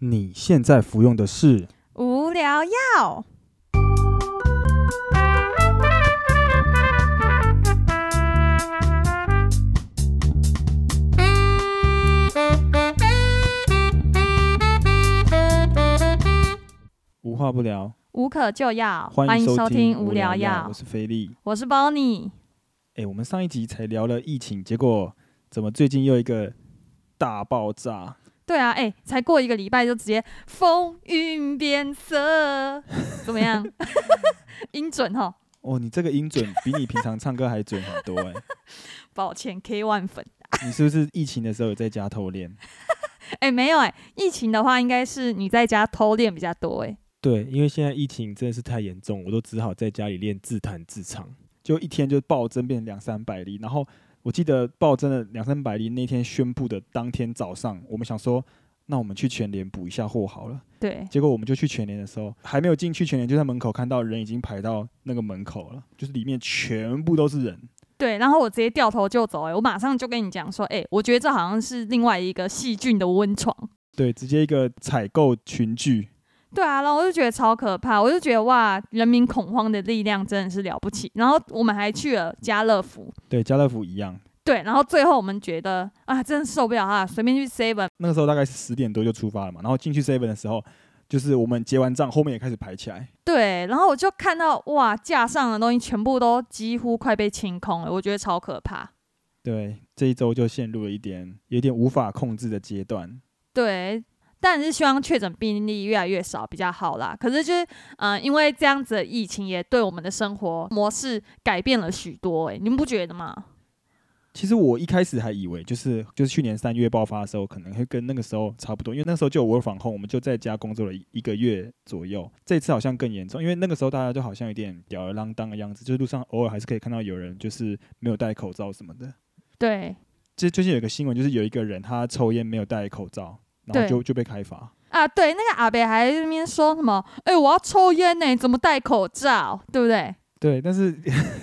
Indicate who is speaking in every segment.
Speaker 1: 你现在服用的是
Speaker 2: 无聊药。
Speaker 1: 无话不聊，
Speaker 2: 无可救药，
Speaker 1: 欢
Speaker 2: 欢
Speaker 1: 迎
Speaker 2: 迎收听
Speaker 1: 听
Speaker 2: 《无聊药
Speaker 1: 我》，是菲力。
Speaker 2: 我是 Bonnie。
Speaker 1: 哎，我们上一集才聊了疫情，结果怎么最近又一个大爆炸？
Speaker 2: 对啊，哎、才过一个礼拜就直接风云变 色，怎么样？音准哈，
Speaker 1: 哦，你这个音准比你平常唱歌还准很多 哎、
Speaker 2: 抱歉，K One 粉。
Speaker 1: 你是不是疫情的时候有在家偷练？
Speaker 2: 哎、没有哎、疫情的话应该是你在家偷练比较多哎、
Speaker 3: 对，因为现在疫情真的是太严重，我都只好在家里练自弹自唱。
Speaker 1: 就一天就暴增变成两三百例，然后我记得暴增了两三百例那天宣布的当天早上，我们想说，那我们去全联补一下货好了。
Speaker 2: 对，
Speaker 1: 结果我们就去全联的时候，还没有进去全联，就在门口看到人已经排到那个门口了，就是里面全部都是人。
Speaker 2: 对，然后我直接掉头就走、欸，我马上就跟你讲说，哎、我觉得这好像是另外一个细菌的温床。
Speaker 1: 对，直接一个采购群聚，
Speaker 2: 对啊，然后我就觉得超可怕，我就觉得哇，人民恐慌的力量真的是了不起。然后我们还去了家乐福，
Speaker 1: 对，家乐福一样。
Speaker 2: 对，然后最后我们觉得啊，真的受不了啊，随便去 seven，
Speaker 1: 那个时候大概是十点多就出发了嘛，然后进去 seven 的时候，就是我们结完账，后面也开始排起来。
Speaker 2: 对，然后我就看到哇，架上的东西全部都几乎快被清空了，我觉得超可怕。
Speaker 1: 对，这一周就陷入了一点有点无法控制的阶段。
Speaker 2: 对，但是希望确诊病例越来越少比较好啦。可是就是嗯、呃因为这样子的疫情也对我们的生活模式改变了许多、欸，你们不觉得吗？
Speaker 1: 其实我一开始还以为就是就是去年三月爆发的时候，可能会跟那个时候差不多，因为那时候就有 work from home，我们就在家工作了一一个月左右。这次好像更严重，因为那个时候大家就好像有点吊儿郎当的样子，就是路上偶尔还是可以看到有人就是没有戴口罩什么的。
Speaker 2: 对
Speaker 1: 这最近有一个新闻，就是有一个人他抽烟没有戴口罩，然后
Speaker 2: 对
Speaker 1: 就就被开罚。
Speaker 2: 啊，对，那个阿北还在那边说什么？哎、我要抽烟呢、怎么戴口罩？对不对？
Speaker 1: 对，但是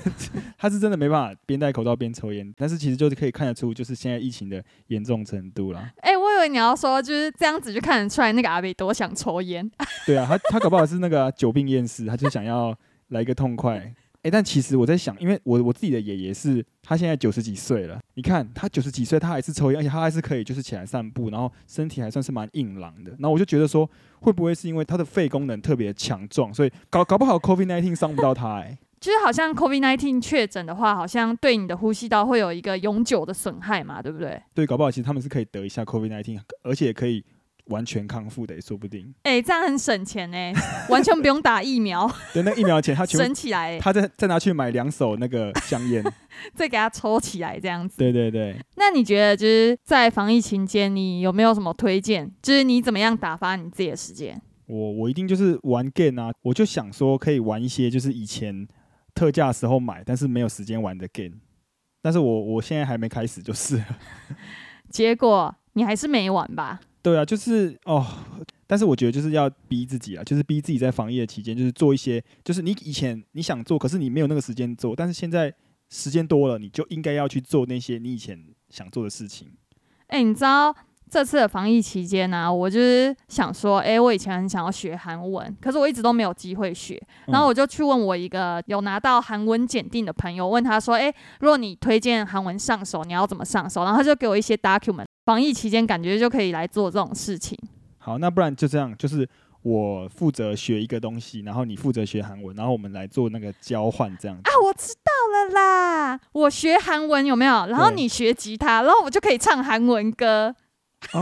Speaker 1: 他是真的没办法边戴口罩边抽烟，但是其实就是可以看得出，就是现在疫情的严重程度啦。
Speaker 2: 哎、我以为你要说就是这样子就看得出来那个阿北多想抽烟。
Speaker 1: 对啊，他他搞不好是那个啊、久病厌世，他就想要来一个痛快。哎、但其实我在想，因为我我自己的爷爷是，他现在九十几岁了。你看他九十几岁，他还是抽烟，而且他还是可以就是起来散步，然后身体还算是蛮硬朗的。然后我就觉得说，会不会是因为他的肺功能特别强壮，所以搞搞不好 COVID nineteen 伤不到他、哎，
Speaker 2: 就是好像 COVID-19 确诊的话，好像对你的呼吸道会有一个永久的损害嘛，对不对？
Speaker 1: 对，搞不好其实他们是可以得一下 COVID nineteen，而且可以完全康复的，也欸说不定。
Speaker 2: 哎、这样很省钱哎、完全不用打疫苗，
Speaker 1: 对，那疫苗钱他全
Speaker 2: 省
Speaker 1: 部
Speaker 2: 起来、欸，
Speaker 1: 他再再拿去买两手那个香烟。
Speaker 2: 再给它抽起来这样子。
Speaker 1: 对对对。
Speaker 2: 那你觉得就是在防疫期间，你有没有什么推荐？就是你怎么样打发你自己的时间？
Speaker 1: 我我一定就是玩 game 啊，我就想说可以玩一些就是以前特价时候买，但是没有时间玩的 game。但是我我现在还没开始，就是 了
Speaker 2: 结果你还是没玩吧？
Speaker 1: 对啊，就是哦，但是我觉得就是要逼自己啊，就是逼自己在防疫的期间，就是做一些，就是你以前你想做，可是你没有那个时间做，但是现在时间多了，你就应该要去做那些你以前想做的事情。
Speaker 2: 哎、你知道这次的防疫期间呢、我就是想说，哎、我以前很想要学韩文，可是我一直都没有机会学。然后我就去问我一个有拿到韩文检定的朋友，问他说，哎、如果你推荐韩文上手，你要怎么上手？然后他就给我一些 document。防疫期间感觉就可以来做这种事情。
Speaker 1: 好，那不然就这样，就是我负责学一个东西，然后你负责学韩文，然后我们来做那个交换这样子
Speaker 2: 啊。，我知道了啦，我学韩文有没有？然后
Speaker 1: 对
Speaker 2: 你学吉他，然后我就可以唱韩文歌。
Speaker 1: 哦，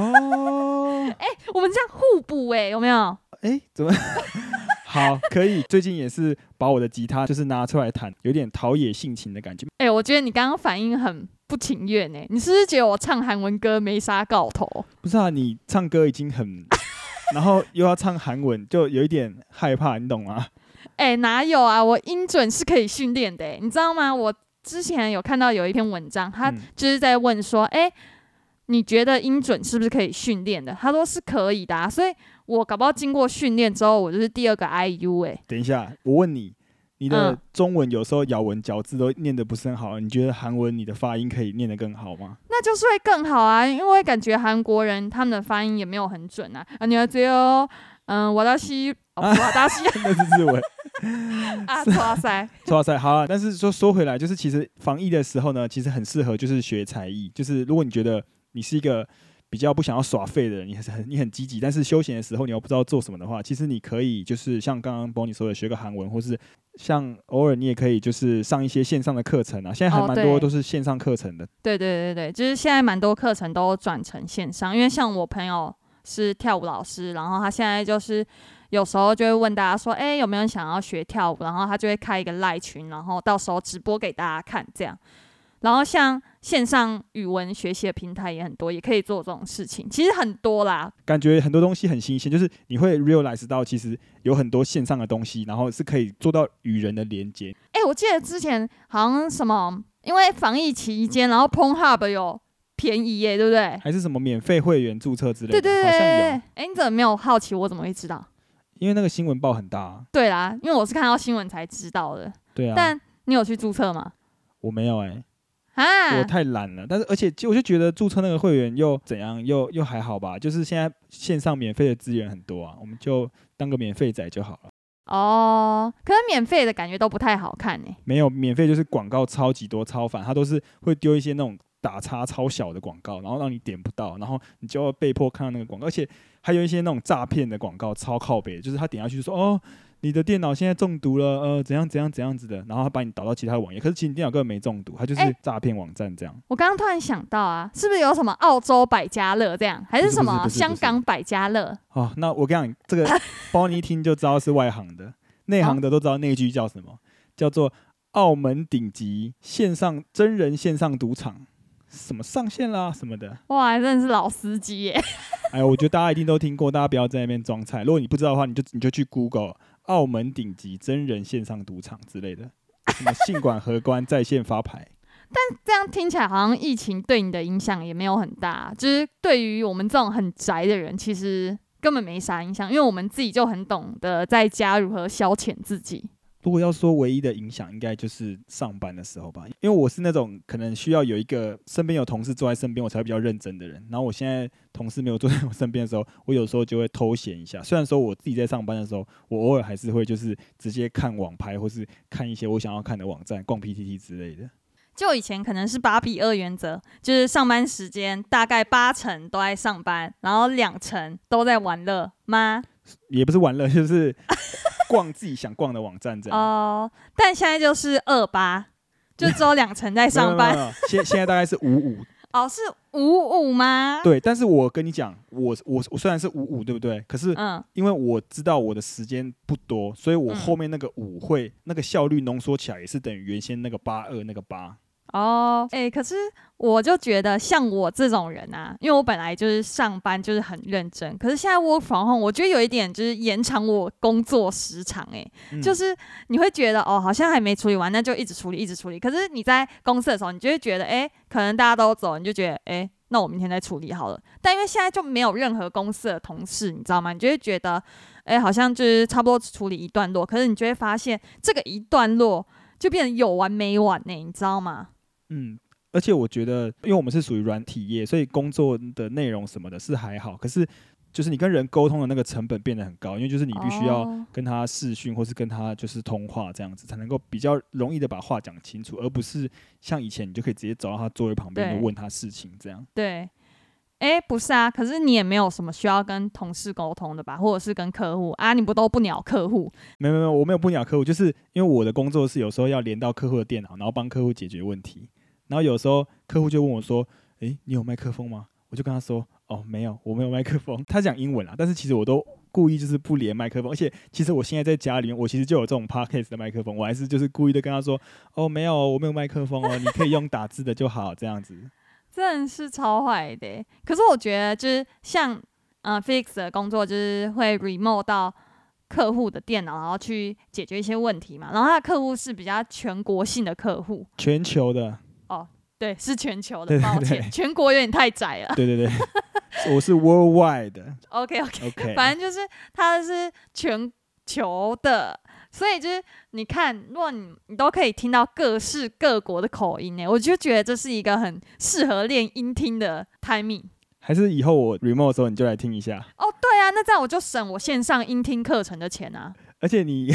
Speaker 2: 我们这样互补哎、有没有？
Speaker 1: 哎、怎么？ 好，可以。最近也是把我的吉他就是拿出来弹，有点陶冶性情的感觉。
Speaker 2: 哎、我觉得你刚刚反应很不情愿哎、你是不是觉得我唱韩文歌没啥搞头？
Speaker 1: 不是啊，你唱歌已经很， 然后又要唱韩文，就有一点害怕，你懂吗？
Speaker 2: 哎、哪有啊，我音准是可以训练的、欸，你知道吗？我之前有看到有一篇文章，他
Speaker 1: 嗯
Speaker 2: 就是在问说，哎、你觉得音准是不是可以训练的？他说是可以的、啊，所以我搞不好经过训练之后，我就是第二个 IU 哎、
Speaker 1: 等一下，我问你，你的
Speaker 2: 嗯
Speaker 1: 中文有时候咬文嚼字都念得不是很好，你觉得韩文你的发音可以念得更好吗？
Speaker 2: 那就是会更好啊，因为感觉韩国人他们的发音也没有很准啊。啊，你要只有嗯，我到西，我到西
Speaker 1: 那是日文。
Speaker 2: 啊，哇塞，
Speaker 1: 哇塞，好啊！但是说说回来，就是其实防疫的时候呢，其实很适合就是学才艺。就是如果你觉得你是一个比较不想要耍废的人，你很你很积极，但是休闲的时候你又不知道做什么的话，其实你可以就是像刚刚 Bonnie 说的，学个韩文，或是像偶尔你也可以就是上一些线上的课程啊。现在还
Speaker 2: 哦
Speaker 1: 蛮
Speaker 2: 对
Speaker 1: 多都是线上课程的。
Speaker 2: 对对对对，就是现在蛮多课程都转成线上，因为像我朋友是跳舞老师，然后他现在就是有时候就会问大家说，哎，有没有人想要学跳舞？然后他就会开一个赖群，然后到时候直播给大家看这样。然后像线上语文学习的平台也很多，也可以做这种事情，其实很多啦。
Speaker 1: 感觉很多东西很新鲜，就是你会 realize 到其实有很多线上的东西，然后是可以做到与人的连接。
Speaker 2: 哎、我记得之前好像什么，因为防疫期间，然后 p o n Hub 有便宜耶、对不对？
Speaker 1: 还是什么免费会员注册之类的，
Speaker 2: 对对对
Speaker 1: 好
Speaker 2: 对
Speaker 1: 像
Speaker 2: 对。
Speaker 1: 有
Speaker 2: 哎，、你怎么没有好奇？我怎么会知道？
Speaker 1: 因为那个新闻报很大、啊。
Speaker 2: 对啦，因为我是看到新闻才知道的。
Speaker 1: 对啊，
Speaker 2: 但你有去注册吗？
Speaker 1: 我没有哎、
Speaker 2: 啊
Speaker 1: 我，太懒了。但是而且就我就觉得注册那个会员又怎样，又又还好吧。就是现在线上免费的资源很多啊，我们就当个免费仔就好了。
Speaker 2: 哦，可是免费的感觉都不太好看呢、
Speaker 1: 没有免费就是广告超级多超烦，它都是会丢一些那种打叉超小的广告，然后让你点不到，然后你就要被迫看到那个广告，而且还有一些那种诈骗的广告超靠北，就是他点下去就说哦。你的电脑现在中毒了，呃，怎样怎样怎样子的，然后他把你导到其他网页，可是其实你电脑根本没中毒，它就是
Speaker 2: 哎
Speaker 1: 诈骗网站这样。
Speaker 2: 我刚刚突然想到啊，是不是有什么澳洲百家乐这样，还
Speaker 1: 不是
Speaker 2: 什
Speaker 1: 不是
Speaker 2: 么
Speaker 1: 不是
Speaker 2: 香
Speaker 1: 不是
Speaker 2: 港百家乐？
Speaker 1: 哦，那我跟你讲，这个包你一听就知道是外行的，内行的都知道那一句叫什么，叫做澳门顶级线上真人线上赌场，什么上线啦什么的。
Speaker 2: 哇，真的是老司机耶、
Speaker 1: 哎呦，我觉得大家一定都听过，大家不要在那边装菜。如果你不知道的话，你就你就去 Google 澳门顶级真人线上赌场之类的，什么信管荷官在线发牌。
Speaker 2: 这样听起来好像疫情对你的影响也没有很大，啊就是对于我们这种很宅的人，其实根本没啥影响，因为我们自己就很懂得在家如何消遣自己。
Speaker 1: 如果要说唯一的影响，应该就是上班的时候吧，因为我是那种可能需要有一个身边有同事坐在身边，我才会比较认真的人。然后我现在同事没有坐在我身边的时候，我有时候就会偷闲一下。虽然说我自己在上班的时候，我偶尔还是会就是直接看网拍，或是看一些我想要看的网站，逛 PTT 之类的。
Speaker 2: 就以前可能是八比二原则，就是上班时间大概八成都在上班，然后两成都在玩乐吗？
Speaker 1: 也不是玩乐，就是逛自己想逛的网站这样。
Speaker 2: 哦、但现在就是二 八，就只有两成在
Speaker 1: 没有
Speaker 2: 上班。
Speaker 1: 没有没有没有现现在大概是五五
Speaker 2: 哦，是五五吗？，
Speaker 1: 对，但是我跟你讲，我我我虽然是五五，对不对？可是
Speaker 2: 嗯，
Speaker 1: 因为我知道我的时间不多，所以我
Speaker 2: 嗯
Speaker 1: 后面那个五会、那个效率浓缩起来也是等于原先那个八二那个八。
Speaker 2: 哦，哎、可是我就觉得像我这种人啊，因为我本来就是上班就是很认真，可是现在 work from home，我觉得有一点就是延长我工作时长、欸，
Speaker 1: 嗯
Speaker 2: 就是你会觉得哦，好像还没处理完，那就一直处理，一直处理。可是你在公司的时候，你就会觉得，哎、可能大家都走，你就觉得，哎、那我明天再处理好了。但因为现在就没有任何公司的同事，你知道吗？你就会觉得，哎、好像就是差不多处理一段落。可是你就会发现，这个一段落就变得有完没完呢、你知道吗？
Speaker 1: 嗯，而且我觉得，因为我们是属于软体业，所以工作的内容什么的是还好，可是就是你跟人沟通的那个成本变得很高，因为就是你必须要
Speaker 2: 哦
Speaker 1: 跟他视讯或是跟他就是通话这样子，才能够比较容易的把话讲清楚，而不是像以前你就可以直接走到他座位旁边
Speaker 2: 对
Speaker 1: 就问他事情这样。
Speaker 2: 对。哎，不是啊，可是你也没有什么需要跟同事沟通的吧，或者是跟客户啊，你不都不鸟客户？
Speaker 1: 没有没有，我没有不鸟客户，就是因为我的工作是有时候要连到客户的电脑，然后帮客户解决问题。然后有时候客户就问我说：“诶，你有麦克风吗？”我就跟他说：“哦，没有，我没有麦克风。”他讲英文啦，但是其实我都故意就是不连麦克风，而且其实我现在在家里面，我其实就有这种 podcast 的麦克风，我还是就是故意的跟他说：“哦，没有，我没有麦克风哦，你可以用打字的就好。”这样子。
Speaker 2: 真的是超坏的欸。可是我觉得，就是像呃 Fix 的工作，就是会 remote 到客户的电脑，然后去解决一些问题嘛。然后他的客户是比较全国性的客户，
Speaker 1: 全球的，
Speaker 2: 对，是全球
Speaker 1: 对
Speaker 2: 的，
Speaker 1: 对
Speaker 2: 抱
Speaker 1: 对
Speaker 2: 歉，全国有点太窄了。
Speaker 1: 对对 对，我是 worldwide 的
Speaker 2: OK OK，
Speaker 1: ，OK。
Speaker 2: 反正就是他是全球的所以就是你看，如果你你都可以听到各式各国的口音欸呢，我就觉得这是一个很适合练音听的 timing。
Speaker 1: 还是以后我 remote 的时候你就来听一下。
Speaker 2: 哦，对啊，那这样我就省我线上音听课程的钱啊。
Speaker 1: 而且你，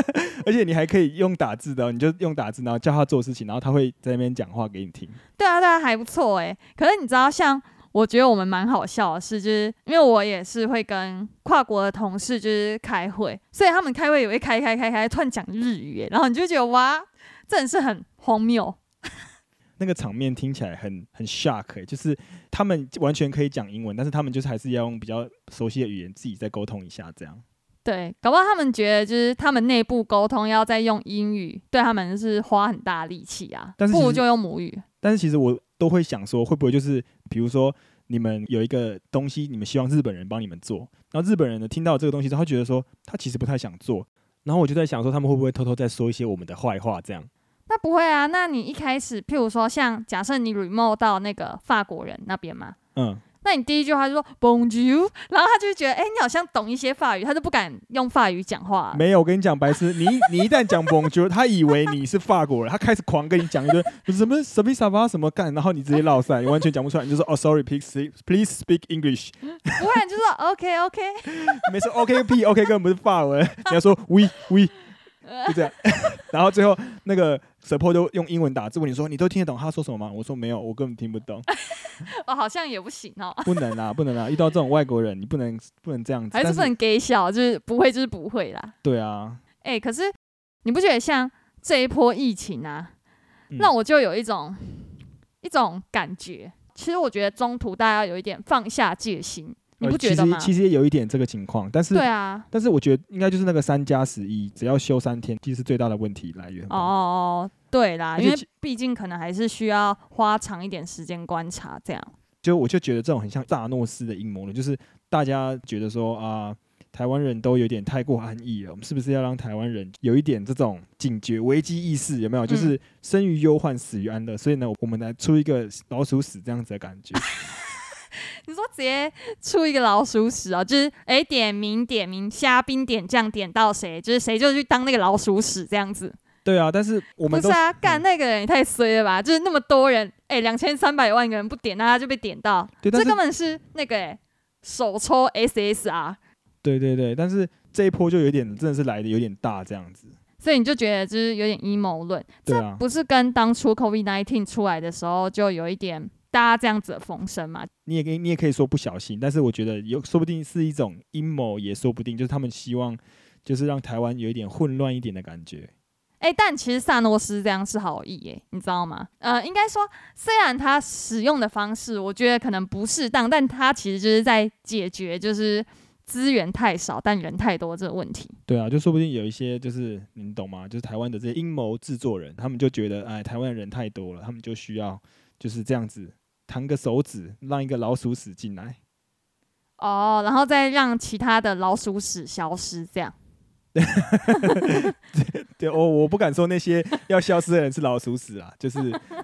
Speaker 1: 而且你还可以用打字的哦、你就用打字，然后叫他做事情，然后他会在那边讲话给你听。
Speaker 2: 对啊，对啊，还不错诶。可是你知道，像我觉得我们蛮好笑的是，就是因为我也是会跟跨国的同事就是开会，所以他们开会也会开开开开，突然讲日语欸诶，然后你就觉得哇，真的是很荒谬。
Speaker 1: 那个场面听起来很很 shock，、欸、就是他们完全可以讲英文，但是他们就是还是要用比较熟悉的语言自己再沟通一下，这样
Speaker 2: 对，搞不好他们觉得就是他们内部沟通要再用英语，对他们是花很大力气啊，
Speaker 1: 但是
Speaker 2: 不
Speaker 1: 其
Speaker 2: 如
Speaker 1: 实
Speaker 2: 就用母语。
Speaker 1: 但是其实我都会想说，会不会就是比如说你们有一个东西，你们希望日本人帮你们做，然后日本人呢听到这个东西之后，他觉得说他其实不太想做，
Speaker 3: 然后我就在想说，他们会不会偷偷在说一些我们的坏话？这样，
Speaker 2: 那不会啊，那你一开始，譬如说像假设你 remote 到那个法国人那边嘛，
Speaker 1: 嗯，
Speaker 2: 那你第一句话就说 Bonjour，然后他就会觉得，哎、你好像懂一些法语，他就不敢用法语讲话了。
Speaker 1: 没有，我跟你讲，白 痴，你你一旦讲 Bonjour，他以为你是法国人，他开始狂跟你讲一堆什么什么什么什么干，然后你直接落塞，你完全讲不出来，你就说哦，sorry，please speak- please speak English，
Speaker 2: 不会，你就说 OK OK，
Speaker 1: 没事，OK 屁 OK 根本不是法文，你要说 we we 就这样，然后最后那个 support 就用英文打字问你说你都听得懂他说什么吗？我说没有，我根本听不 懂，
Speaker 2: 我、好像也不行哦，
Speaker 1: 不能啊，不能啊，遇到这种外国人你不能不能这样子，
Speaker 2: 还是
Speaker 1: 但
Speaker 2: 不能
Speaker 1: 是
Speaker 2: gay 笑，就是不会就是不会啦。
Speaker 1: 对啊，
Speaker 2: 哎、可是你不觉得像这一波疫情啊，
Speaker 3: 嗯
Speaker 2: 让我就有一种一种感觉。其实我觉得中途大家有一点放下戒心，你
Speaker 1: 呃
Speaker 2: 不觉得吗？
Speaker 1: 其实其实也有一点这个情况，但是
Speaker 2: 对啊，
Speaker 1: 但是我觉得应该就是那个三加十一，只要休三天，其实是最大的问题来源吧。
Speaker 2: 哦，对啦，
Speaker 1: 而且
Speaker 2: 因为
Speaker 1: 其
Speaker 2: 毕竟可能还是需要花长一点时间观察这样。
Speaker 1: 就我就觉得这种很像萨诺斯的阴谋论，就是大家觉得说啊、台湾人都有点太过安逸了，我们是不是要让台湾人有一点这种警觉、危机意识？有没有？
Speaker 2: 嗯
Speaker 1: 就是生于忧患，死于安乐。所以呢，我们来出一个老鼠屎这样子的感觉。
Speaker 2: 啊你说直接出一个老鼠屎啊，就是哎、点名点名虾兵点将点到谁，就是谁就去当那个老鼠屎这样子。
Speaker 1: 对啊，但是我
Speaker 2: 不
Speaker 1: 们
Speaker 2: 是
Speaker 1: 都嗯
Speaker 2: 啊，干那个人也太衰了吧！就是那么多人，哎、两千三百万个人不点，那他就被点到，
Speaker 1: 对，但
Speaker 2: 这
Speaker 1: 是
Speaker 2: 根本是那个哎、手抽啊 SSR，
Speaker 1: 对对对，但是这一波就有点真的是来的有点大这样子。
Speaker 2: 所以你就觉得就是有点阴谋论，
Speaker 1: 对啊，
Speaker 2: 不是跟当初 COVID 1 9出来的时候就有一点大家这样子的风声嘛？
Speaker 1: 你也可以，你也可以说不小心，但是我觉得有，说不定是一种阴谋，也说不定就是他们希望，就是让台湾有一点混乱一点的感觉。
Speaker 2: 哎、但其实萨诺斯这样是好意耶、你知道吗？呃，应该说，虽然他使用的方式我觉得可能不适当，但他其实就是在解决就是资源太少但人太多这个问题。
Speaker 1: 对啊，就说不定有一些就是你懂吗？就是台湾的这些阴谋制作人，他们就觉得哎，台湾人太多了，他们就需要就是这样子弹个手指，让一个老鼠屎进来。
Speaker 2: 哦，然后再让其他的老鼠屎消失，这样。
Speaker 1: 对，我我不敢说那些要消失的人是老鼠屎啊，就是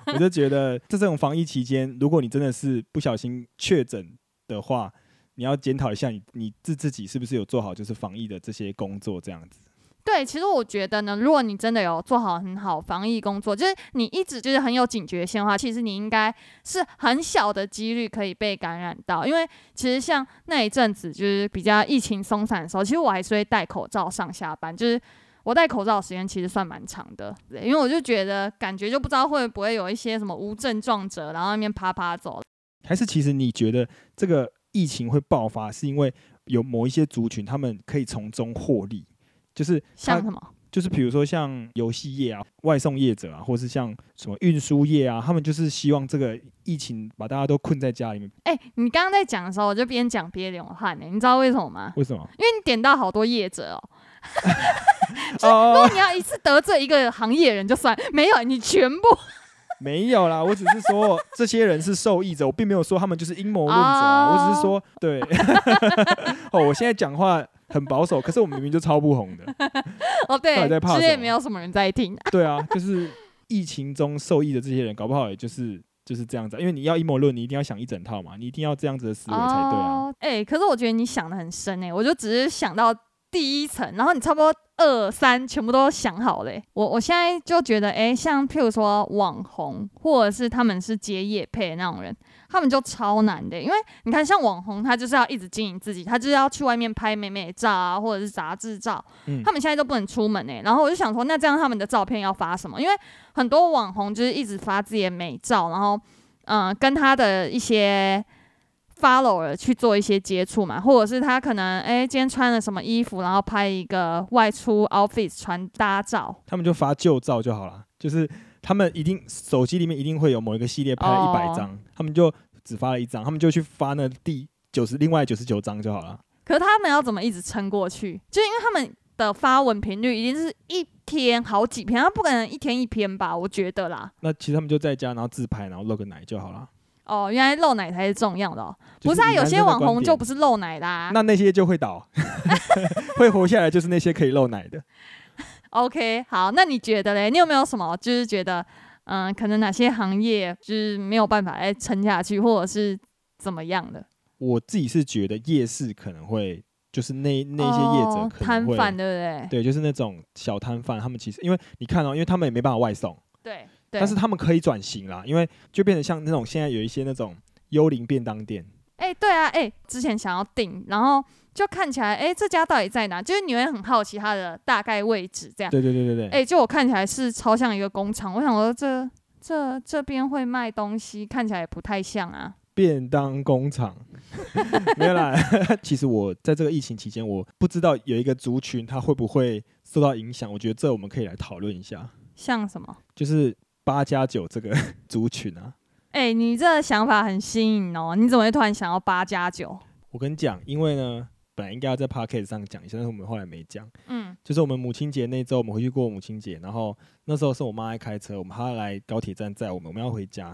Speaker 1: 我就觉得在这种防疫期间，如果你真的是不小心确诊的话，你要检讨一下你你自自己是不是有做好就是防疫的这些工作这样子。
Speaker 2: 对，其实我觉得呢，如果你真的有做好很好防疫工作，就是你一直就是很有警觉性的话，其实你应该是很小的几率可以被感染到。因为其实像那一阵子就是比较疫情松散的时候，其实我还是会戴口罩上下班，就是我戴口罩的时间其实算蛮长的，对因为我就觉得感觉就不知道会不会有一些什么无症状者，然后那边啪啪走，
Speaker 1: 还是其实你觉得这个疫情会爆发，是因为有某一些族群他们可以从中获利，就是他
Speaker 2: 像什么？
Speaker 1: 就是比如说像游戏业啊、外送业者啊，或是像什么运输业啊，他们就是希望这个疫情把大家都困在家里面。
Speaker 2: 哎、你刚刚在讲的时候，我就边讲边流汗欸呢、你知道为什么吗？
Speaker 1: 为什么？
Speaker 2: 因为你点到好多业者哦、
Speaker 1: 哦
Speaker 2: 那你要一次得罪一个行业人就算，没有你全部
Speaker 1: 没有啦，我只是说这些人是受益者，我并没有说他们就是阴谋论者啊，
Speaker 2: 哦
Speaker 1: 我只是说对。 哦，我现在讲话很保守，可是我明明就超不红的。
Speaker 2: 哦，对
Speaker 1: 到底在，怕
Speaker 2: 其实
Speaker 1: 什
Speaker 2: 也
Speaker 1: 么
Speaker 2: 没有什么人在听。
Speaker 1: 对啊，就是疫情中受益的这些人，搞不好也就是就是这样子啊，因为你要阴谋论，你一定要想一整
Speaker 2: 哦
Speaker 1: 套嘛，你一定要这样子的思维才对啊。
Speaker 2: 哦，哎、可是我觉得你想的很深哎、我就只是想到第一层，然后你差不多二三全部都想好嘞、欸我我现在就觉得，哎、像譬如说网红，或者是他们是接业配的那种人，他们就超难的、因为你看，像网红，他就是要一直经营自己，他就是要去外面拍美美照啊，或者是杂志照，
Speaker 1: 嗯
Speaker 2: 他们现在都不能出门哎、然后我就想说，那这样他们的照片要发什么？因为很多网红就是一直发自己的美照，然后嗯、呃跟他的一些 follower 去做一些接触嘛，或者是他可能哎、今天穿了什么衣服，然后拍一个外出 outfit 穿搭照，
Speaker 1: 他们就发旧照就好了，就是他们一定手机里面一定会有某一个系列拍了一百
Speaker 2: 哦
Speaker 1: 张，他们就只发了一张，他们就去发那第九十另外九十九张就好了。
Speaker 2: 可是他们要怎么一直撑过去？就因为他们的发文频率一定是一天好几篇，他不可能一天一篇吧？我觉得啦。
Speaker 1: 那其实他们就在家，然后自拍，然后露个奶就好了。
Speaker 2: 哦，原来露奶才是重要的哦，
Speaker 1: 就
Speaker 2: 不是啊？
Speaker 1: 以
Speaker 2: 有
Speaker 1: 男生
Speaker 2: 些
Speaker 1: 的
Speaker 2: 网
Speaker 1: 观
Speaker 2: 红
Speaker 1: 点
Speaker 2: 就不是露奶的、啊。
Speaker 1: 那那些就会倒，会活下来就是那些可以露奶的。
Speaker 2: OK，好，那你觉得嘞？你有没有什么就是觉得，嗯、可能哪些行业就是没有办法再撑下去，或者是怎么样的？
Speaker 1: 我自己是觉得夜市可能会，就是那那些业者
Speaker 2: 哦
Speaker 1: 可
Speaker 2: 摊
Speaker 1: 能会，
Speaker 2: 贩，对不对？
Speaker 1: 对，就是那种小摊贩，他们其实因为你看哦，因为他们也没办法外送，
Speaker 2: 对对。
Speaker 1: 但是他们可以转型啦，因为就变成像那种现在有一些那种幽灵便当店，
Speaker 2: 哎、对啊，哎、之前想要订，然后就看起来，哎、这家到底在哪？就是你会很好奇它的大概位置这样。
Speaker 1: 对对对对对，
Speaker 2: 哎、就我看起来是超像一个工厂，我想说这这这边会卖东西，看起来也不太像啊。
Speaker 1: 便当工厂 没有啦。 其实我在这个疫情期间，我不知道有一个族群它会不会受到影响，我觉得这我们可以来讨论一下，
Speaker 2: 像什么？
Speaker 1: 就是八加九这个 族群啊。
Speaker 2: 哎、你这个想法很新颖哦，你怎么会突然想要八加九？
Speaker 1: 我跟你讲，因为呢，本来应该要在 p a c k e t 上讲一下，但是我们后来没讲。
Speaker 2: 嗯，
Speaker 1: 就是我们母亲节那周，我们回去过母亲节，然后那时候是我妈在开车，我们她来高铁站载我们，我们要回家。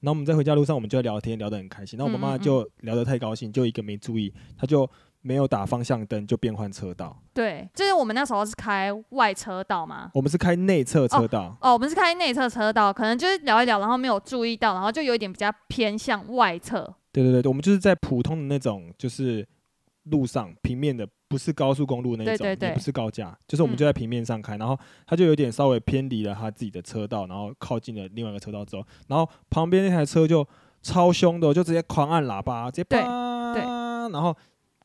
Speaker 1: 然后我们在回家路上，我们就聊天，聊得很开心。那我妈
Speaker 2: 嗯
Speaker 1: 妈
Speaker 2: 嗯嗯
Speaker 1: 就聊得太高兴，就一个没注意，她就没有打方向灯，就变换车道。
Speaker 2: 对，就是我们那时候是开外车道嘛。
Speaker 1: 我们是开内侧车道，
Speaker 2: 哦，我们是开内侧车道，可能就是聊一聊，然后没有注意到，然后就有一点比较偏向外侧。
Speaker 1: 对对对对，我们就是在普通的那种就是路上平面的，不是高速公路那一种，
Speaker 2: 对对对
Speaker 1: 也不是高架，就是我们
Speaker 2: 嗯
Speaker 1: 就在平面上开，然后他就有点稍微偏离了他自己的车道，然后靠近了另外一个车道之后，然后旁边那台车就超凶的哦，就直接狂按喇叭，直接
Speaker 2: 对
Speaker 1: 叭
Speaker 2: 对
Speaker 1: 然后。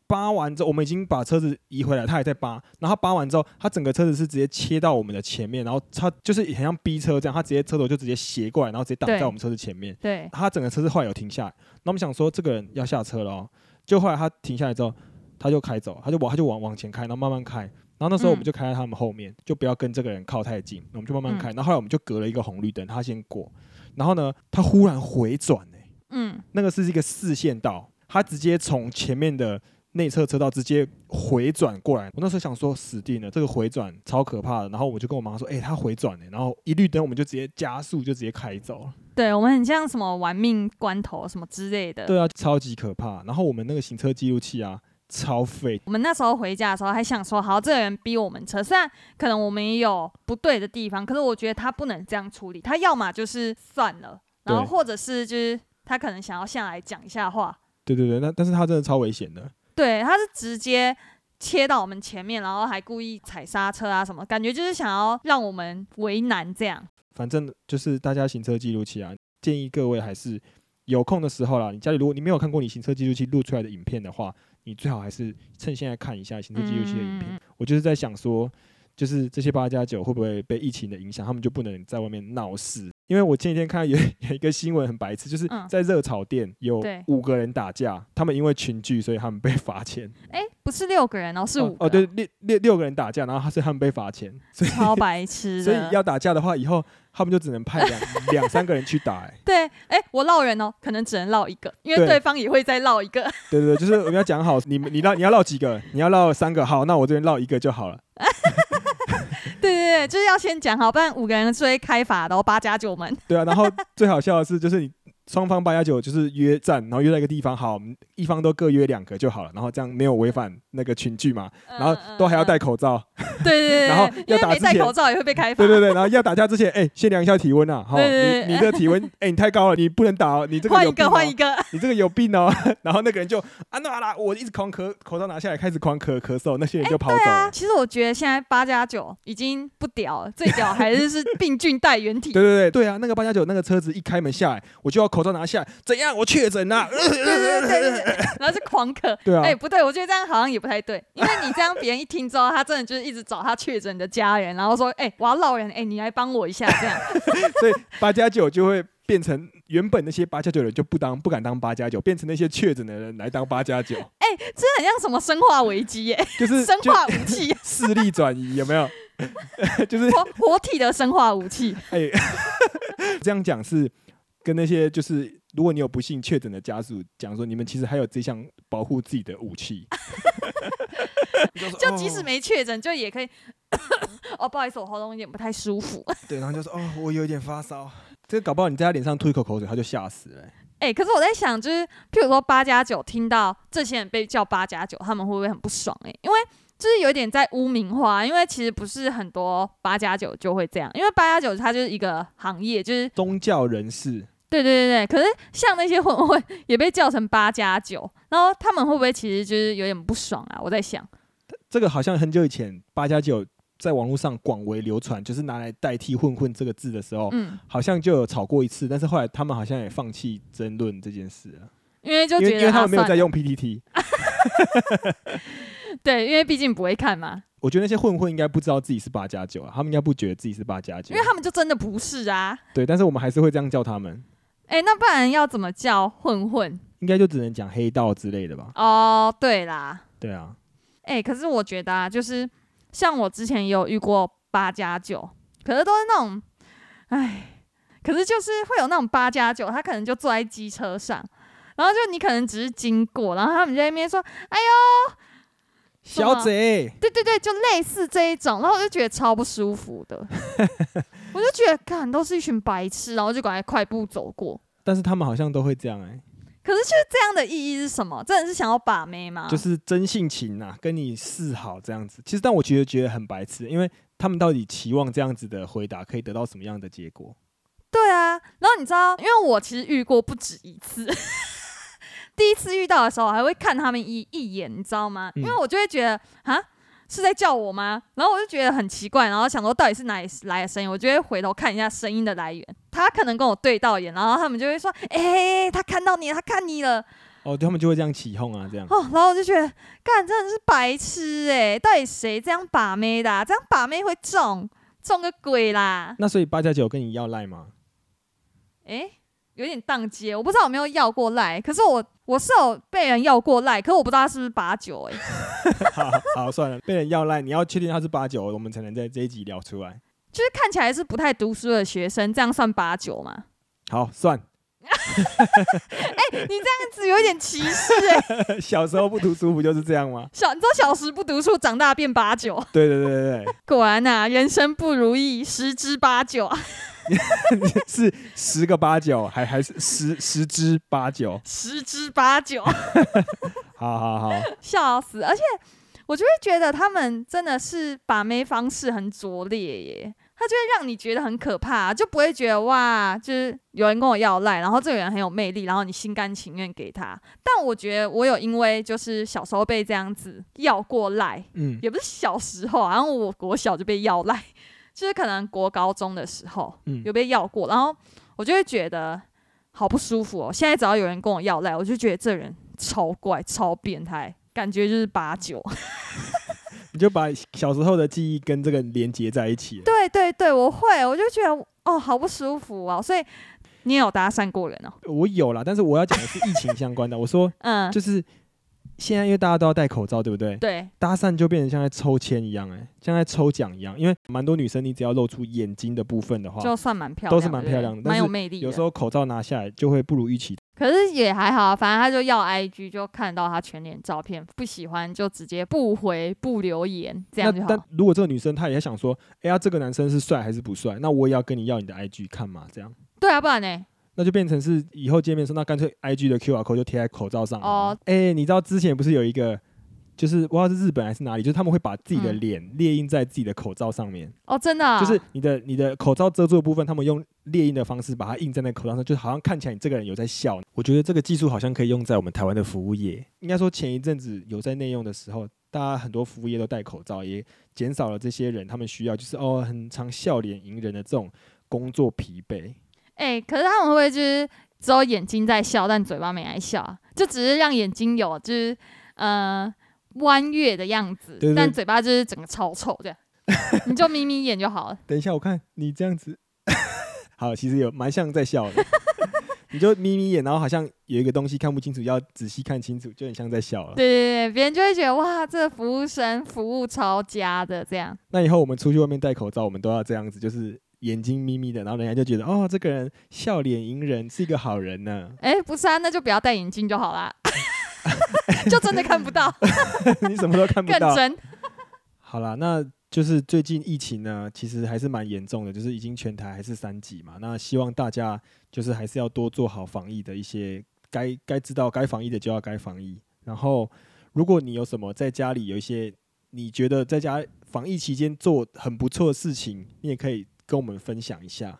Speaker 1: 扒完之后，我们已经把车子移回来，他还在扒。然后他扒完之后，他整个车子是直接切到我们的前面，然后他就是很像逼车这样，他直接车头就直接斜过来，然后直接挡
Speaker 2: 对
Speaker 1: 在我们车子前面。
Speaker 2: 对，
Speaker 1: 他整个车子后来有停下来，那我们想说这个人要下车了、哦，就后来他停下来之后，他就开走，他就往他就往往前开，然后慢慢开，然后那时候我们
Speaker 2: 嗯
Speaker 1: 就开在他们后面，就不要跟这个人靠太近，我们就慢慢开，然后后来我们就隔了一个红绿灯，他先过，然后呢，他忽然回转呢、
Speaker 2: 嗯，
Speaker 1: 那个是一个四线道，他直接从前面的内侧车道直接回转过来。我那时候想说死定了，这个回转超可怕的。然后我就跟我妈说，哎、他回转呢、然后一绿灯我们就直接加速，就直接开走了。
Speaker 2: 对，我们很像什么玩命关头什么之类的。
Speaker 1: 对啊，超级可怕。然后我们那个行车记录器啊，超废。
Speaker 2: 我们那时候回家的时候还想说，好，这个人逼我们车，虽然可能我们也有不对的地方，可是我觉得他不能这样处理，他要么就是算了，然后
Speaker 1: 对
Speaker 2: 或者是就是他可能想要下来讲一下话，
Speaker 1: 对对对，那但是它真的超危险的。
Speaker 2: 对，他是直接切到我们前面，然后还故意踩刹车啊什么，感觉就是想要让我们为难这样。
Speaker 1: 反正就是大家行车记录器啊，建议各位还是有空的时候啦，你家里如果你没有看过你行车记录器录出来的影片的话，你最好还是趁现在看一下行车记录器的影片。
Speaker 2: 嗯
Speaker 1: 我就是在想说，就是这些八加九会不会被疫情的影响，他们就不能在外面闹事。因为我前几天看到有 有一个新闻很白痴，就是
Speaker 2: 嗯
Speaker 1: 在热炒店有
Speaker 2: 对
Speaker 1: 五个人打架，他们因为群聚，所以他们被罚钱。
Speaker 2: 哎、不是六个人哦，是
Speaker 1: 哦
Speaker 2: 五个
Speaker 1: 哦，对， 六六六个人打架，然后他是他们被罚钱，所以
Speaker 2: 超白痴
Speaker 1: 所
Speaker 2: 的。
Speaker 1: 以要打架的话，以后他们就只能派两两三个人去打、欸。
Speaker 2: 对，哎、我绕人哦，可能只能绕一个，因为
Speaker 1: 对
Speaker 2: 对方也会再绕一个。
Speaker 1: 对对对，就是我们要讲好，你们你绕你要绕几个，你要绕三个，好，那我这边绕一个就好了。
Speaker 2: 对对对，就是要先讲好，不然五个人是会开罚的哦，八加九门。
Speaker 1: 对啊，然后最好笑的是，就是你双方八加九就是约战，然后约在一个地方，好，我们一方都各约两个就好了，然后这样没有违反那个群聚嘛，
Speaker 2: 嗯
Speaker 1: 然后都还要戴
Speaker 2: 口
Speaker 1: 口罩，
Speaker 2: 对对 对，
Speaker 1: 然后
Speaker 2: 对
Speaker 1: 要
Speaker 2: 因为
Speaker 1: 打
Speaker 2: 没
Speaker 1: 之
Speaker 2: 戴
Speaker 1: 前
Speaker 2: 口罩也会被开罚。
Speaker 1: 对对对，然后要打架之前，哎、先量一下体温啊，哈，
Speaker 2: 对对对
Speaker 1: 你你这体温，哎、你太高了，你不能打哦，你这个
Speaker 2: 换
Speaker 1: 有
Speaker 2: 一
Speaker 1: 病、
Speaker 2: 个，
Speaker 1: 哦，
Speaker 2: 换一个，
Speaker 1: 你这个有病哦。 然后那个人就啊那啦，我一直狂咳，口罩拿下来开始狂咳咳嗽，那些人就跑走
Speaker 2: 对
Speaker 1: 了。
Speaker 2: 啊，其实我觉得现在八加九已经不屌了，最屌还是是病菌带原体。
Speaker 1: 对对对对啊！那个八加九那个车子一开门下来，我就要口罩拿下来，怎样？我确诊 啦！
Speaker 2: 对对对对对，然后是狂咳。
Speaker 1: 对啊，
Speaker 2: 哎、不对，我觉得这样好像也不太对，因为你这样别人一听之后，他真的就是一直找他确诊的家人，然后说，哎、我要闹人，哎、你来帮我一下，这样。
Speaker 1: 所以八加九就会变成原本那些八加九的人就不当不敢当八加九，变成那些确诊的人来当八加九，
Speaker 2: 哎这很像什么生化危机耶、
Speaker 1: 就是
Speaker 2: 生
Speaker 1: 就
Speaker 2: 化武器，
Speaker 1: 势力转移，有没 有？就是
Speaker 2: 活活体的生化武器。
Speaker 1: 哎， 这样讲是跟那些就是，如果你有不幸确诊的家属讲说，你们其实还有这项保护自己的武器。 就说
Speaker 2: 就即使
Speaker 1: 哦
Speaker 2: 没确诊，就也可以。哦，不好意思，我喉咙有点不太舒服。
Speaker 1: 对，然后就说哦，我有点发烧。这搞不好你在他脸上吐一口口水，他就吓死了、欸
Speaker 2: 哎、可是我在想，就是譬如说八加九，听到这些人被叫八加九，他们会不会很不爽、欸？哎，因为就是有点在污名化，因为其实不是很多八加九就会这样，因为八加九它就是一个行业，就是
Speaker 1: 宗教人士
Speaker 2: 对对对对。可是像那些混混也被叫成八加九，然后他们会不会其实就是有点不爽啊？我在想，
Speaker 1: 这个好像很久以前八加九在网络上广为流传，就是拿来代替“混混”这个字的时候，
Speaker 2: 嗯，
Speaker 1: 好像就有吵过一次，但是后来他们好像也放弃争论这件事了，
Speaker 2: 因为就
Speaker 1: 因为
Speaker 2: 觉
Speaker 1: 因
Speaker 2: 得
Speaker 1: 为他
Speaker 2: 啊
Speaker 1: 们没有
Speaker 2: 算
Speaker 1: 在
Speaker 2: 了
Speaker 1: 用 PTT。
Speaker 2: 对，因为毕竟不会看嘛，
Speaker 1: 我觉得那些混混应该不知道自己是八加九啊，他们应该不觉得自己是八加九啊
Speaker 2: 因为，他们就真的不是啊。
Speaker 1: 对，但是我们还是会这样叫他们，
Speaker 2: 哎、那不然要怎么叫混混？
Speaker 1: 应该就只能讲黑道之类的吧？
Speaker 2: 哦，对啦，
Speaker 1: 对啊，
Speaker 2: 哎、可是我觉得啊，就是像我之前也有遇过八加九，可是都是那种，哎，可是就是会有那种八加九，他可能就坐在机车上，然后就你可能只是经过，然后他们就在那边说，哎呦，什么啊
Speaker 1: 小贼，
Speaker 2: 对对对，就类似这一种，然后我就觉得超不舒服的，我就觉得看都是一群白痴，然后就赶快快步走过。
Speaker 1: 但是他们好像都会这样哎、
Speaker 2: 可是就是这样的意义是什么？真的是想要把妹吗？
Speaker 1: 就是真性情呐、啊，跟你示好这样子。其实，但我觉得觉得很白痴，因为他们到底期望这样子的回答可以得到什么样的结果？
Speaker 2: 对啊，然后你知道，因为我其实遇过不止一次。 第一次遇到的时候，我还会看他们一一眼，你知道吗？因为
Speaker 1: 嗯
Speaker 2: 我就会觉得啊，是在叫我吗？然后我就觉得很奇怪，然后想说到底是哪里来的声音，我就会回头看一下声音的来源。他可能跟我对到眼，然后他们就会说：“哎、他看到你了，他看你了。
Speaker 1: 哦，他们就会这样起哄啊，这样”。
Speaker 2: 哦，然后我就觉得，干真的是白痴哎、到底谁这样把妹的、啊？这样把妹会中中个鬼啦！
Speaker 1: 那所以八加九跟你要赖吗？
Speaker 2: 诶，有点宕机耶，我不知道有没有要过赖，可是我我是有被人要过赖，可是我不知道他是不是八九诶，
Speaker 1: 好好算了，被人要赖，你要确定他是八九，我们才能在这一集聊出来。
Speaker 2: 就是看起来是不太读书的学生，这样算八九 吗？
Speaker 1: 好，算
Speaker 2: 这样子有一点歧视诶，
Speaker 1: 小时候不读书不就是这样吗？
Speaker 2: 小你知道小时不读书，长大变八九，
Speaker 1: 对对对 对
Speaker 2: 果然呐、人生不如意，十之八九，
Speaker 1: 对，是十个八九，还还是十十之八九？
Speaker 2: 十之八九，,
Speaker 1: 好好好，
Speaker 2: 笑死！而且我就会觉得他们真的是把妹方式很拙劣耶。他就会让你觉得很可怕、啊就不会觉得哇，就是有人跟我要赖，然后这个人很有魅力，然后你心甘情愿给他。但我觉得我有因为就是小时候被这样子要过赖，
Speaker 1: 嗯，
Speaker 2: 也不是小时候啊，然后我国小就被要赖，就是可能国高中的时候
Speaker 1: 嗯
Speaker 2: 有被要过，然后我就会觉得好不舒服哦。现在只要有人跟我要赖，我就觉得这人超怪、超变态，感觉就是八九。
Speaker 1: 你就把小时候的记忆跟这个连接在一起了。
Speaker 2: 对对对，我会，我就觉得哦，好不舒服哦。所以你也有搭讪过人哦？
Speaker 1: 我有啦，但是我要讲的是疫情相关的。我说
Speaker 2: 嗯，
Speaker 1: 就是现在，因为大家都要戴口罩，对不对？
Speaker 2: 对，
Speaker 1: 搭讪就变成像在抽签一样、哎，像在抽奖一样。因为蛮多女生，你只要露出眼睛的部分的话，
Speaker 2: 就算蛮漂亮的，
Speaker 1: 都是蛮漂亮的
Speaker 2: 对不
Speaker 1: 但
Speaker 2: 对蛮
Speaker 1: 是
Speaker 2: 有魅力的。
Speaker 1: 有时候口罩拿下来就会不如预期。
Speaker 2: 可是也还好啊，反正他就要 IG 就看到他全脸照片，不喜欢就直接不回不留言，这
Speaker 1: 那
Speaker 2: 样就
Speaker 1: 但
Speaker 2: 好。
Speaker 1: 如果这个女生她也想说，哎、呀，这个男生是帅还是不帅？那我也要跟你要你的 IG 看嘛，这样。
Speaker 2: 对啊，不然呢？
Speaker 1: 那就变成是以后见面说，那干脆 I G 的 Q R code 就贴在口罩上。
Speaker 2: 哦，
Speaker 1: 哎、你知道之前不是有一个，就是我不知道是日本还是哪里，就是他们会把自己的
Speaker 2: 嗯
Speaker 1: 脸列印在自己的口罩上面，
Speaker 2: 哦，真的啊、
Speaker 1: 就是你的你的口罩遮住的部分，他们用列印的方式把它印在那个口罩上，就好像看起来你这个人有在笑。我觉得这个技术好像可以用在我们台湾的服务业。应该说前一阵子有在内用的时候，大家很多服务业都戴口罩，也减少了这些人他们需要就是哦很常笑脸迎人的这种工作疲惫。
Speaker 2: 哎、可是他们会不会就是只有眼睛在笑，但嘴巴没在笑啊？就只是让眼睛有就是呃弯月的样子，
Speaker 1: 对对
Speaker 2: 但嘴巴就是整个超丑这样， 你就眯眯眼就好了。
Speaker 1: 等一下，我看你这样子， 好，其实有蛮像在笑的。 你就眯眯眼，然后好像有一个东西看不清楚，要仔细看清楚，就很像在笑了。
Speaker 2: 对对对，别人就会觉得哇，这个服务生服务超佳的这样。。
Speaker 1: 那以后我们出去外面戴口罩，我们都要这样子，就是眼睛眯眯的，然后人家就觉得哦，这个人笑脸迎人，是一个好人呢
Speaker 2: 哎、不是啊，那就不要戴眼镜就好啦， 就真的看不 到，
Speaker 1: 你什么都看不
Speaker 2: 更
Speaker 1: 到。
Speaker 2: 真。
Speaker 1: 好啦，那就是最近疫情呢，其实还是蛮严重的，就是已经全台还是三级嘛。那希望大家就是还是要多做好防疫的一些该该知道该防疫的就要该防疫。然后，如果你有什么在家里有一些你觉得在家防疫期间做很不错的事情，你也可以跟我们分享一下。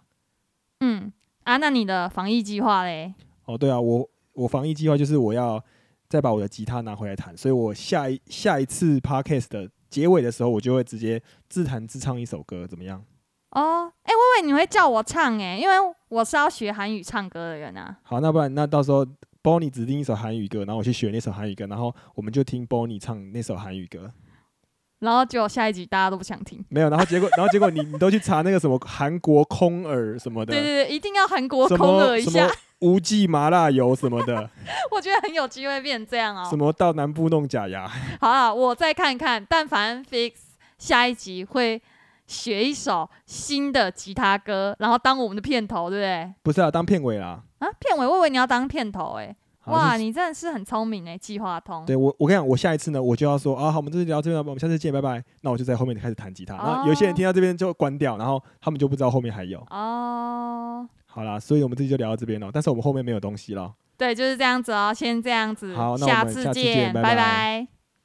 Speaker 2: 嗯啊，那你的防疫计划嘞？
Speaker 1: 哦，对啊，我我防疫计划就是我要再把我的吉他拿回来弹，所以我下一下一次 podcast 的结尾的时候，我就会直接自弹自唱一首歌，怎么样？
Speaker 2: 哦，哎、薇薇，你会叫我唱哎、因为我是要学韩语唱歌的人啊。
Speaker 1: 好，那不然那到时候 Bonnie 指定一首韩语歌，然后我去学那首韩语歌，然后我们就听 Bonnie 唱那首韩语歌。
Speaker 2: 然后结果下一集大家都不想听。
Speaker 1: 没有，然后结果，然后结果你你都去查那个什么韩国空耳什么的，
Speaker 2: 对对对，一定要韩国
Speaker 1: 什
Speaker 2: 空耳
Speaker 1: 么
Speaker 2: 一
Speaker 1: 啊什
Speaker 2: 下
Speaker 1: 么，无忌麻辣油什么的，
Speaker 2: 我觉得很有机会变这样哦
Speaker 1: 什。么到南部弄假牙，
Speaker 2: 好了，我再看看，但凡 Fix 下一集会学一首新的吉他歌，然后当我们的片头，对不对？
Speaker 1: 不是啊，当片尾啦。
Speaker 2: 啊，片尾，我以为你要当片头哎、
Speaker 1: 好
Speaker 2: 哇，
Speaker 1: 是
Speaker 2: 你真的是很聪明哎、计划通。
Speaker 1: 对我，我跟你讲，我下一次呢，我就要说啊，好，我们这次聊到这边，我们下次见，拜拜。那我就在后面开始弹吉他。然后有些人听到这边就关掉，然后他们就不知道后面还有。
Speaker 2: 哦，
Speaker 1: 好啦，所以我们这期就聊到这边了，但是我们后面没有东西了。
Speaker 2: 对，就是这样子哦，先这样子，
Speaker 1: 好那我
Speaker 2: 下
Speaker 1: 们
Speaker 2: 次
Speaker 1: 下次见拜拜
Speaker 2: 拜拜